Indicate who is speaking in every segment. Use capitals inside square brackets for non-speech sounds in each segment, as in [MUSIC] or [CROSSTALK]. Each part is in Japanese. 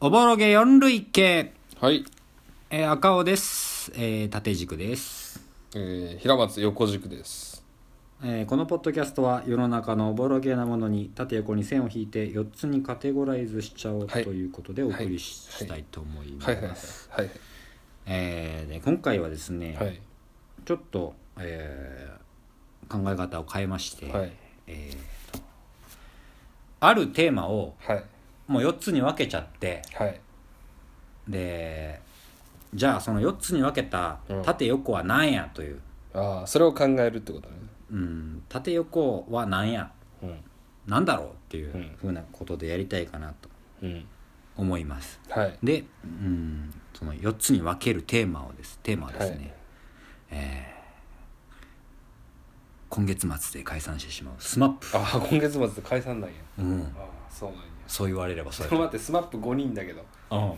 Speaker 1: おぼろげ四類型、
Speaker 2: はい、
Speaker 1: えー赤尾です、えー縦軸です、
Speaker 2: えー平松横軸です
Speaker 1: えーこのポッドキャストは世の中のおぼろげなものに縦横に線を引いて4つにカテゴライズしちゃおうと
Speaker 2: はい
Speaker 1: いうことでお送りし,、
Speaker 2: はい
Speaker 1: たいと思います、
Speaker 2: はいはいはい
Speaker 1: えーで今回はですね、
Speaker 2: はい
Speaker 1: ちょっと、えー考え方を変えまして、
Speaker 2: はいはい
Speaker 1: えーとあるテーマを
Speaker 2: はい
Speaker 1: もう4つに分けちゃって
Speaker 2: はい
Speaker 1: でじゃあその4つに分けた
Speaker 2: うん
Speaker 1: 縦横は何やという、
Speaker 2: ああそれを考えるってことね
Speaker 1: うん、縦横は何や
Speaker 2: うん
Speaker 1: 何だろうっていう
Speaker 2: うん
Speaker 1: ふうなことでやりたいかなと
Speaker 2: うん
Speaker 1: 思います
Speaker 2: はい
Speaker 1: で、うん、その4つに分けるテーマをですテーマはですね、
Speaker 2: はい
Speaker 1: えー今月末で解散してしまうスマップ、
Speaker 2: ああ今月末で解散なんや
Speaker 1: うん、
Speaker 2: ああそうなんや
Speaker 1: そう言われればそう
Speaker 2: ちょっと
Speaker 1: や
Speaker 2: 待ってスマップ5人だけど
Speaker 1: うん、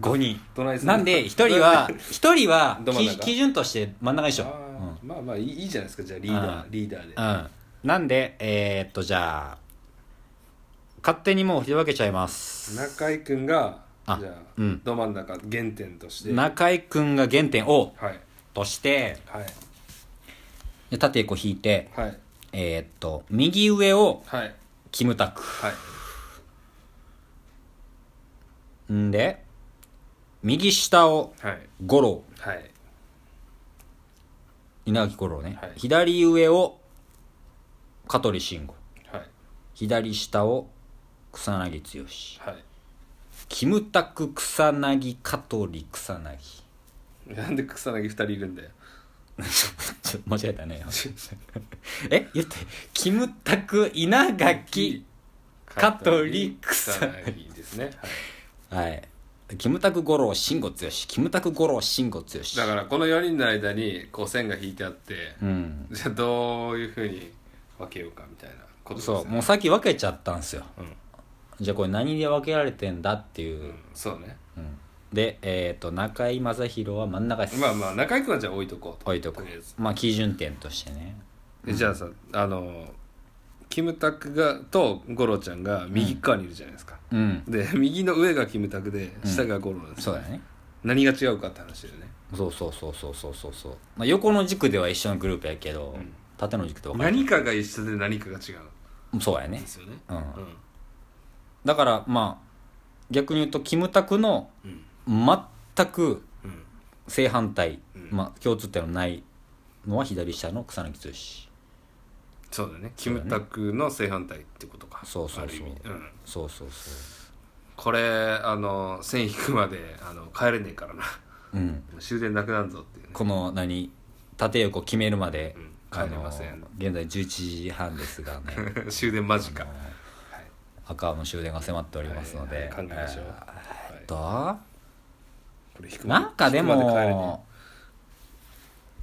Speaker 1: 5人
Speaker 2: どないする
Speaker 1: なんで1人
Speaker 2: [LAUGHS]
Speaker 1: は一人は
Speaker 2: ど真ん中
Speaker 1: 基基準として真ん中でし
Speaker 2: あ
Speaker 1: ょ、
Speaker 2: あ
Speaker 1: う
Speaker 2: まあまあいいいいじゃないですかじゃあリーダ
Speaker 1: あ
Speaker 2: ーリーダーで
Speaker 1: んうん、なんでえーっとじゃあ勝手にもう振り分けちゃいます
Speaker 2: 中居君が
Speaker 1: あ
Speaker 2: じゃあ
Speaker 1: うん
Speaker 2: ど真ん中原点としてはい
Speaker 1: 中居君が原点を
Speaker 2: はい
Speaker 1: として
Speaker 2: はい
Speaker 1: で縦横引いて
Speaker 2: はい
Speaker 1: えーっと右上を
Speaker 2: はい
Speaker 1: キムタクんで右下を
Speaker 2: はい
Speaker 1: 五郎
Speaker 2: はい
Speaker 1: 稲垣五郎ね、
Speaker 2: はい
Speaker 1: 左上を香取慎吾
Speaker 2: はい
Speaker 1: 左下を草薙剛
Speaker 2: はい
Speaker 1: キムタク草薙香取草薙 [LAUGHS]
Speaker 2: [LAUGHS] なんで草薙2人いるんだよ
Speaker 1: ちょ間違えたね [LAUGHS] え言ってキムタク稲垣香取草
Speaker 2: 草薙ですね、は
Speaker 1: は
Speaker 2: い
Speaker 1: いキムタク五郎慎吾剛キムタク五郎慎吾剛
Speaker 2: だからこの4人の間にこう線が引いてあって、
Speaker 1: うん
Speaker 2: じゃあどういうふうに分けようかみたいなことですね
Speaker 1: そうもうさっき分けちゃったんですよ
Speaker 2: うん、
Speaker 1: じゃあこれ何で分けられてんだっていう、
Speaker 2: うんそうね
Speaker 1: うんでえっ、と中居正広は真ん中です
Speaker 2: まあまあ中居君はじゃあ置いとこうと
Speaker 1: 置いとく
Speaker 2: りあえず
Speaker 1: まあ基準点としてね
Speaker 2: でじゃあさあのキムタクがと五郎ちゃんが右側にいるじゃないですか、
Speaker 1: うん
Speaker 2: で右の上がキムタクで下が五郎なんです
Speaker 1: そ
Speaker 2: よ
Speaker 1: うだね
Speaker 2: 何が違うかって話だよね
Speaker 1: そうそうそうそうそうそうそう、まあ、横の軸では一緒のグループやけど、
Speaker 2: ん
Speaker 1: 縦の軸で分かれ
Speaker 2: 何かが一緒で何かが違うん
Speaker 1: るそうやね
Speaker 2: ですよね
Speaker 1: うん
Speaker 2: うん
Speaker 1: だからまあ逆に言うとキムタクの
Speaker 2: うん
Speaker 1: 全く
Speaker 2: うん
Speaker 1: 正反対、
Speaker 2: うん
Speaker 1: まあ共通点のないのは左下の草薙剛
Speaker 2: そうだねキ
Speaker 1: そうだ
Speaker 2: ム
Speaker 1: ね
Speaker 2: タクの正反対ってことか
Speaker 1: そうそうそう
Speaker 2: ある意味ん、
Speaker 1: そうそうそ
Speaker 2: これあの線引くまであの帰れねえからな [LAUGHS]
Speaker 1: ううん
Speaker 2: もう終電なくなるぞっていうね
Speaker 1: この何縦横決めるまで、
Speaker 2: うん
Speaker 1: あの
Speaker 2: 帰れません
Speaker 1: 現在11時半ですがね
Speaker 2: [LAUGHS] 終電間近
Speaker 1: あの
Speaker 2: はい
Speaker 1: 赤青の終電が迫っておりますので、
Speaker 2: はいはい考えましょう
Speaker 1: えー
Speaker 2: はい
Speaker 1: えっと、
Speaker 2: これ引
Speaker 1: なんかで
Speaker 2: 引くま帰れね
Speaker 1: も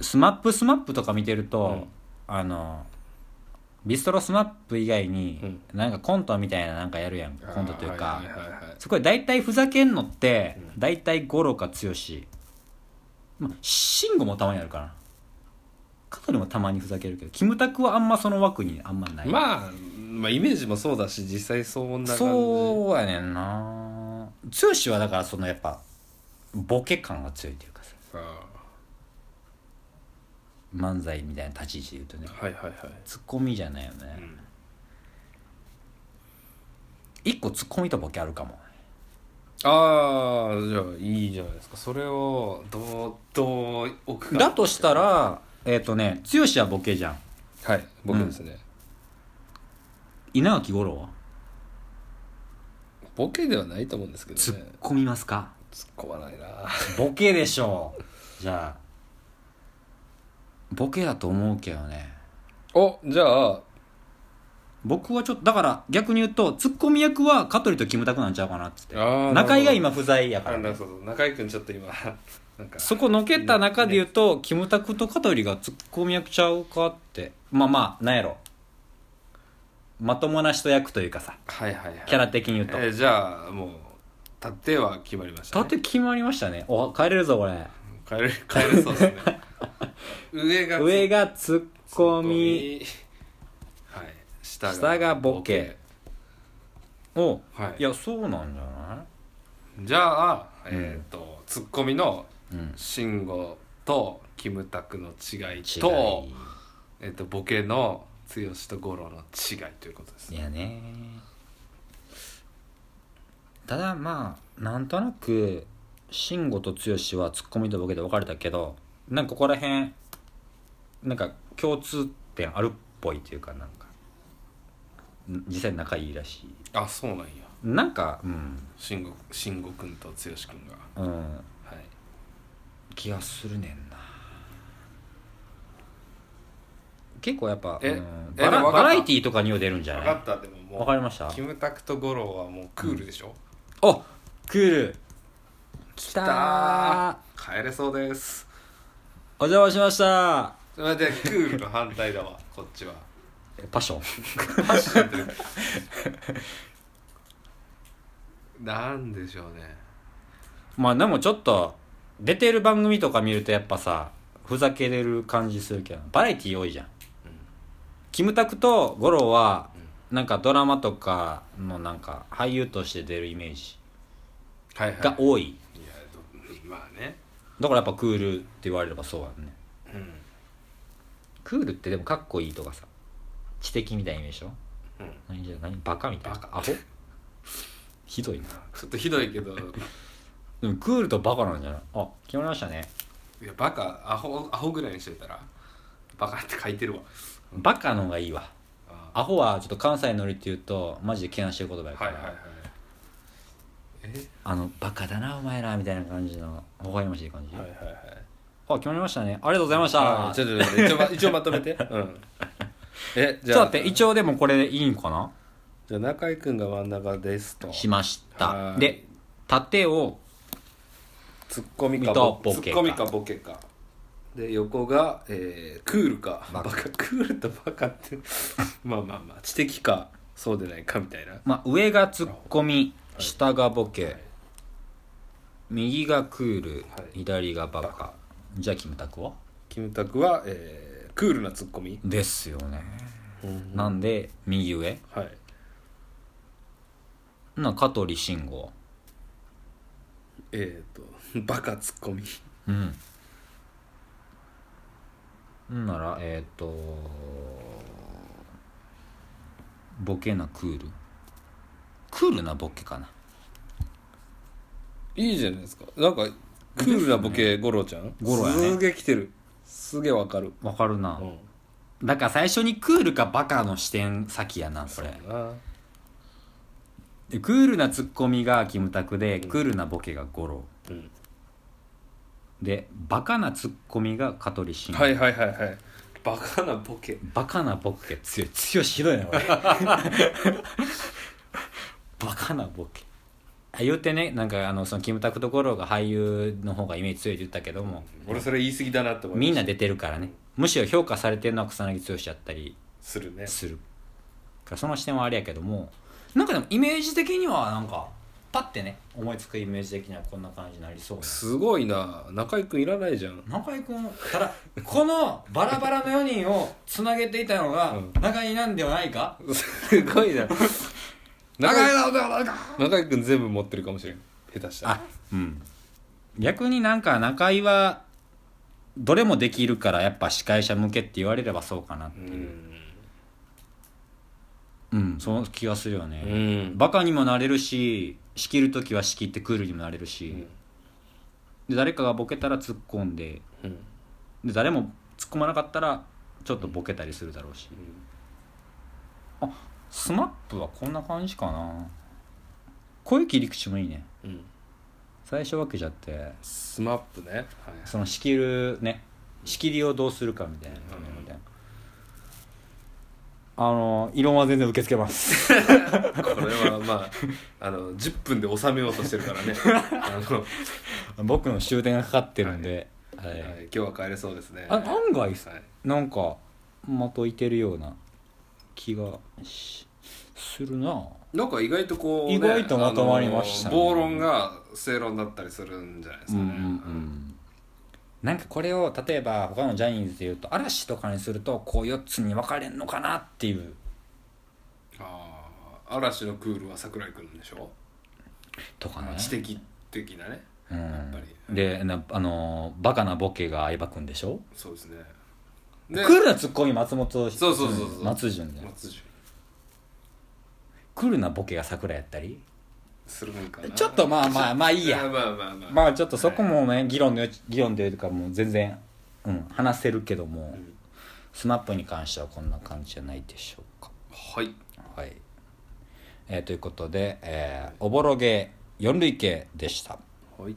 Speaker 1: スマップスマップとか見てると、
Speaker 2: うん
Speaker 1: あのビストロスマップ以外に、
Speaker 2: うん
Speaker 1: なんかコントみたいななんかやるやん
Speaker 2: え
Speaker 1: コントというか、
Speaker 2: あーはいはいはいはい
Speaker 1: そこで大体ふざけんのって、
Speaker 2: うん
Speaker 1: 大体五郎か剛まあ慎吾もたまにあるかな香取もたまにふざけるけどキムタクはあんまその枠にあんまない、
Speaker 2: まあまあイメージもそうだし実際そうな感じ
Speaker 1: そうやねんな剛はだからそのやっぱボケ感が強いというかさ
Speaker 2: あー
Speaker 1: 漫才みたいな立ち位置で言うとね
Speaker 2: はいはいはい
Speaker 1: ツッコミじゃないよ
Speaker 2: う
Speaker 1: ね
Speaker 2: ん
Speaker 1: 一、個ツッコミとボケあるかも
Speaker 2: ああじゃあいいじゃないですかそれをどうどう置くか
Speaker 1: だとしたらえっ、とね剛はボケじゃん
Speaker 2: はい僕ですね、
Speaker 1: 稲垣吾郎は
Speaker 2: ボケではないと思うんですけど
Speaker 1: ツ
Speaker 2: ね
Speaker 1: ッコミますか
Speaker 2: 突っ込まないな [LAUGHS]
Speaker 1: ボケでしょうじゃあボケだと思うけどね
Speaker 2: おじゃあ
Speaker 1: 僕はちょっとだから逆に言うとツッコミ役は香取とキムタクなんちゃうかなっつって
Speaker 2: あー
Speaker 1: 中居が今不在やか
Speaker 2: あ
Speaker 1: ら、
Speaker 2: なるほど中居君ちょっと今 [LAUGHS] なんか
Speaker 1: そこのけた中で言うと、キムタクと香取がツッコミ役ちゃうかってまあまあなんやろまともな人役というかさ
Speaker 2: はいはいはい
Speaker 1: キャラ的に言うと、
Speaker 2: えーじゃあもう立っては決まりました、ね、
Speaker 1: 縦決まりましたねお帰れるぞこれ
Speaker 2: 帰れ [LAUGHS] 帰れそうですね上が
Speaker 1: 上がツッコミ
Speaker 2: ミはい下が
Speaker 1: 下がボケを、
Speaker 2: はい
Speaker 1: いやそうなんじゃない
Speaker 2: じゃあ、えっ、と、ツッコミの
Speaker 1: うん
Speaker 2: 慎吾とキムタクの違い
Speaker 1: 違
Speaker 2: と、えっ、と、ボケの剛と五郎の違いということです
Speaker 1: い
Speaker 2: ね。
Speaker 1: やねただまあなんとなく慎吾と剛はツッコミとボケで分かれたけどなんかここら辺なんか共通点あるっぽいというかなんかん実際仲いいらしい
Speaker 2: あ、そうなんや。
Speaker 1: なんかうん、
Speaker 2: 慎吾、慎吾くんと剛くんが。
Speaker 1: うん、
Speaker 2: はい。
Speaker 1: 気がするねんな結構やっぱ、
Speaker 2: え
Speaker 1: うん
Speaker 2: え
Speaker 1: バラ
Speaker 2: でも分かった
Speaker 1: バラエティーとかには出るんじゃ
Speaker 2: 分
Speaker 1: な
Speaker 2: か
Speaker 1: い
Speaker 2: った、でも
Speaker 1: わ
Speaker 2: も
Speaker 1: か
Speaker 2: う、
Speaker 1: りました
Speaker 2: キムタクと五郎はもうクールでしょ、
Speaker 1: あクールきた
Speaker 2: き
Speaker 1: ー
Speaker 2: たー帰れそうです。
Speaker 1: お邪魔しました
Speaker 2: それでクールの反対だわ、 [LAUGHS] こっちは。
Speaker 1: えパッション
Speaker 2: なんでしょうね。
Speaker 1: まあでもちょっと出てる番組とか見るとやっぱさふざけれる感じするけどバラエティー多いじゃん、キムタクと五郎はなんかドラマとかのなんか俳優として出るイメージ
Speaker 2: はいはい。
Speaker 1: が多い
Speaker 2: いやどまあね
Speaker 1: だからやっぱクールって言われればそうやんね
Speaker 2: うん、
Speaker 1: クールってでもかっこいいとかさ知的みたいな意味でしょ
Speaker 2: うん、
Speaker 1: 何じゃ何バカみたいな
Speaker 2: バ
Speaker 1: アホひどいな
Speaker 2: ちょっとひどいけどい
Speaker 1: でもクールとバカなんじゃないあ決まりましたね
Speaker 2: やバカアホアホぐらいにしてたらバカって書いてるわ
Speaker 1: バカの方がいいわ
Speaker 2: あ
Speaker 1: アホはちょっと関西のりって言うとマジでけなしてる言葉やか
Speaker 2: はい
Speaker 1: ら、
Speaker 2: はいはいえ
Speaker 1: あのバカだなお前らみたいな感じの微笑ましい感じ、
Speaker 2: はいはいはい
Speaker 1: あ決まりましたねありがとうございました
Speaker 2: あ
Speaker 1: ち
Speaker 2: ち
Speaker 1: ょ
Speaker 2: ょっと待って一応ま一応まとめて [LAUGHS] うん
Speaker 1: っ
Speaker 2: えじ
Speaker 1: と
Speaker 2: ゃあ
Speaker 1: 待って一応でもこれでいいんかな
Speaker 2: じゃあ中居君が真ん中ですと
Speaker 1: しまし
Speaker 2: は
Speaker 1: た
Speaker 2: い
Speaker 1: で縦を
Speaker 2: ツッコミか
Speaker 1: と
Speaker 2: ボ
Speaker 1: ボケ
Speaker 2: ツッ
Speaker 1: か
Speaker 2: コミかボケかで横が、えークールかバカクールとバカって [LAUGHS] まあまあまあ知的かそうでないかみたいな
Speaker 1: まあ、上がツッコミ下がボケ、右がクール、
Speaker 2: はい
Speaker 1: 左がバカじゃあキムタクは
Speaker 2: キムタクは、えークールなツッコミ、
Speaker 1: ですよね、なんで右上
Speaker 2: はい
Speaker 1: な香取慎吾
Speaker 2: えっ、とバカツッコミ
Speaker 1: うんんならえっ、とボケなクールクールなボケかない
Speaker 2: いじゃないですかなんかクールなボケゴロちゃん
Speaker 1: ゴロやね
Speaker 2: すげえ来てるすげえわかる
Speaker 1: わかるな、
Speaker 2: ん
Speaker 1: だから最初にクールかバカの視点先やなそれ
Speaker 2: あ
Speaker 1: でクールなツッコミがキムタクで、クールなボケがゴロ
Speaker 2: うん
Speaker 1: でバカなツッコミが香取慎吾、
Speaker 2: はいはいはいはいバカなボケ
Speaker 1: バカなボケ強い強いひどいな [LAUGHS] これバカなボケあ言うてねなんかあのそのキムタクところが俳優の方がイメージ強いって言ったけども
Speaker 2: 俺それ言い過ぎだなって思いま
Speaker 1: み
Speaker 2: し
Speaker 1: ん
Speaker 2: た
Speaker 1: な出てるからねむしろ評価されてるのは草薙剛やったり
Speaker 2: するね
Speaker 1: するからその視点はあれやけどもなんかでもイメージ的にはなんかパッてね思いつくイメージ的にはこんな感じになりそうな
Speaker 2: すごいな中居君いらないじゃん
Speaker 1: 中居君ただこのバラバラの4人をつなげていたのが
Speaker 2: うん
Speaker 1: 中居なんではないか、
Speaker 2: すごいな [LAUGHS] 中居
Speaker 1: だだだ
Speaker 2: 中居君全部持ってるかもしれん下手したら
Speaker 1: あうん逆になんか中居はどれもできるからやっぱ司会者向けって言われればそうかなって
Speaker 2: う
Speaker 1: いう、
Speaker 2: ん
Speaker 1: うんその気がするよ
Speaker 2: う
Speaker 1: ね、
Speaker 2: ん
Speaker 1: バカにもなれるし仕切る時は仕切ってクールにもなれるし、
Speaker 2: ん
Speaker 1: で誰かがボケたら突っ込んで
Speaker 2: うん
Speaker 1: で誰も突っ込まなかったらちょっとボケたりするだろうし、スマップはこんな感じかなこういう切り口もいいね
Speaker 2: うん
Speaker 1: 最初分けちゃって
Speaker 2: スマップね、はい、
Speaker 1: その仕切るね仕切りをどうするかみたいなので、あの異論は全然受け付けます
Speaker 2: これはまあ [LAUGHS] あの10分で収めようとしてるから [LAUGHS] ねあの、
Speaker 1: [LAUGHS] 僕の終点がかかってるんで、はい
Speaker 2: はい今日は帰れそうですね
Speaker 1: あ案外さ
Speaker 2: はい
Speaker 1: なんかまといてるような気がしするな
Speaker 2: なんか意外とこうね、
Speaker 1: 意外とまとまりましたね
Speaker 2: あの暴論が正論だったりするんじゃないですかね、
Speaker 1: なんかこれを例えば他のジャニーズでいうと嵐とかにするとこう4つに分かれんのかなっていう
Speaker 2: ああ嵐のクールは桜井くんでしょ
Speaker 1: とかね
Speaker 2: 知的的なね
Speaker 1: うん
Speaker 2: やっぱり
Speaker 1: でなあのーバカなボケが相葉君でしょ
Speaker 2: そうですね
Speaker 1: ク
Speaker 2: で
Speaker 1: ールなツッコミ松本
Speaker 2: そうそうそうそう
Speaker 1: 松潤で
Speaker 2: 松潤
Speaker 1: クールなボケが桜やったり
Speaker 2: するんかな
Speaker 1: ちょっとまあまあまあいいや
Speaker 2: まあまあまあ
Speaker 1: まあちょっとそこもね、議論の余地議論というかもう全然、うん、話せるけども、
Speaker 2: ん
Speaker 1: スマップに関してはこんな感じじゃないでしょうか
Speaker 2: はい
Speaker 1: はい、えーということで、えーおぼろげ四類型でした
Speaker 2: はい